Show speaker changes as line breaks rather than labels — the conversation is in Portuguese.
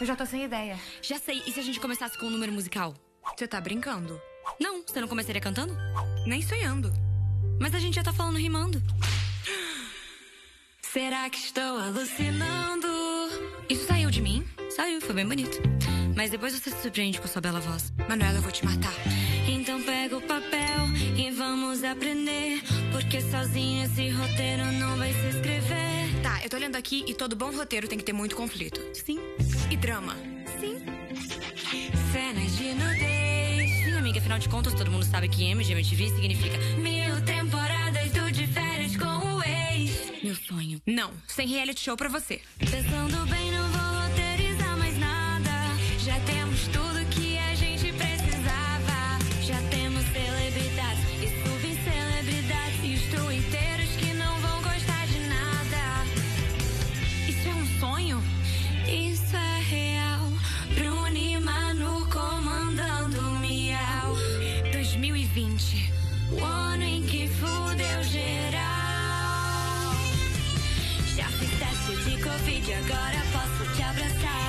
Eu já tô sem ideia.
Já sei, e se a gente começasse com um número musical?
Você tá brincando?
Não, você não começaria cantando?
Nem sonhando.
Mas a gente já tá falando rimando. Será que estou alucinando? Isso saiu de mim? Saiu, foi bem bonito. Mas depois você se surpreende com sua bela voz. Ah,
Manuela, eu vou te matar.
Então pega o papel e vamos aprender. Porque sozinho esse roteiro não vai se escrever.
Tá, eu tô olhando aqui e todo bom roteiro tem que ter muito conflito.
Sim,
E drama.
sim. Cenas de nudez. Sim, amiga, afinal de contas, todo mundo sabe que MGMTV significa mil temporadas do de férias com o ex. Meu sonho.
Não, sem reality show pra você.
Pensando bem, não vou roteirizar mais nada. Já temos tudo que a gente precisava. Já temos celebridades e subcelebridades. E os twitteiros que não vão gostar de nada.
Isso é um sonho?
Isso é real. Bruni Manu comandando miau.
2020.
O ano em que fudeu geral. Já fiz teste de Covid, agora posso te abraçar.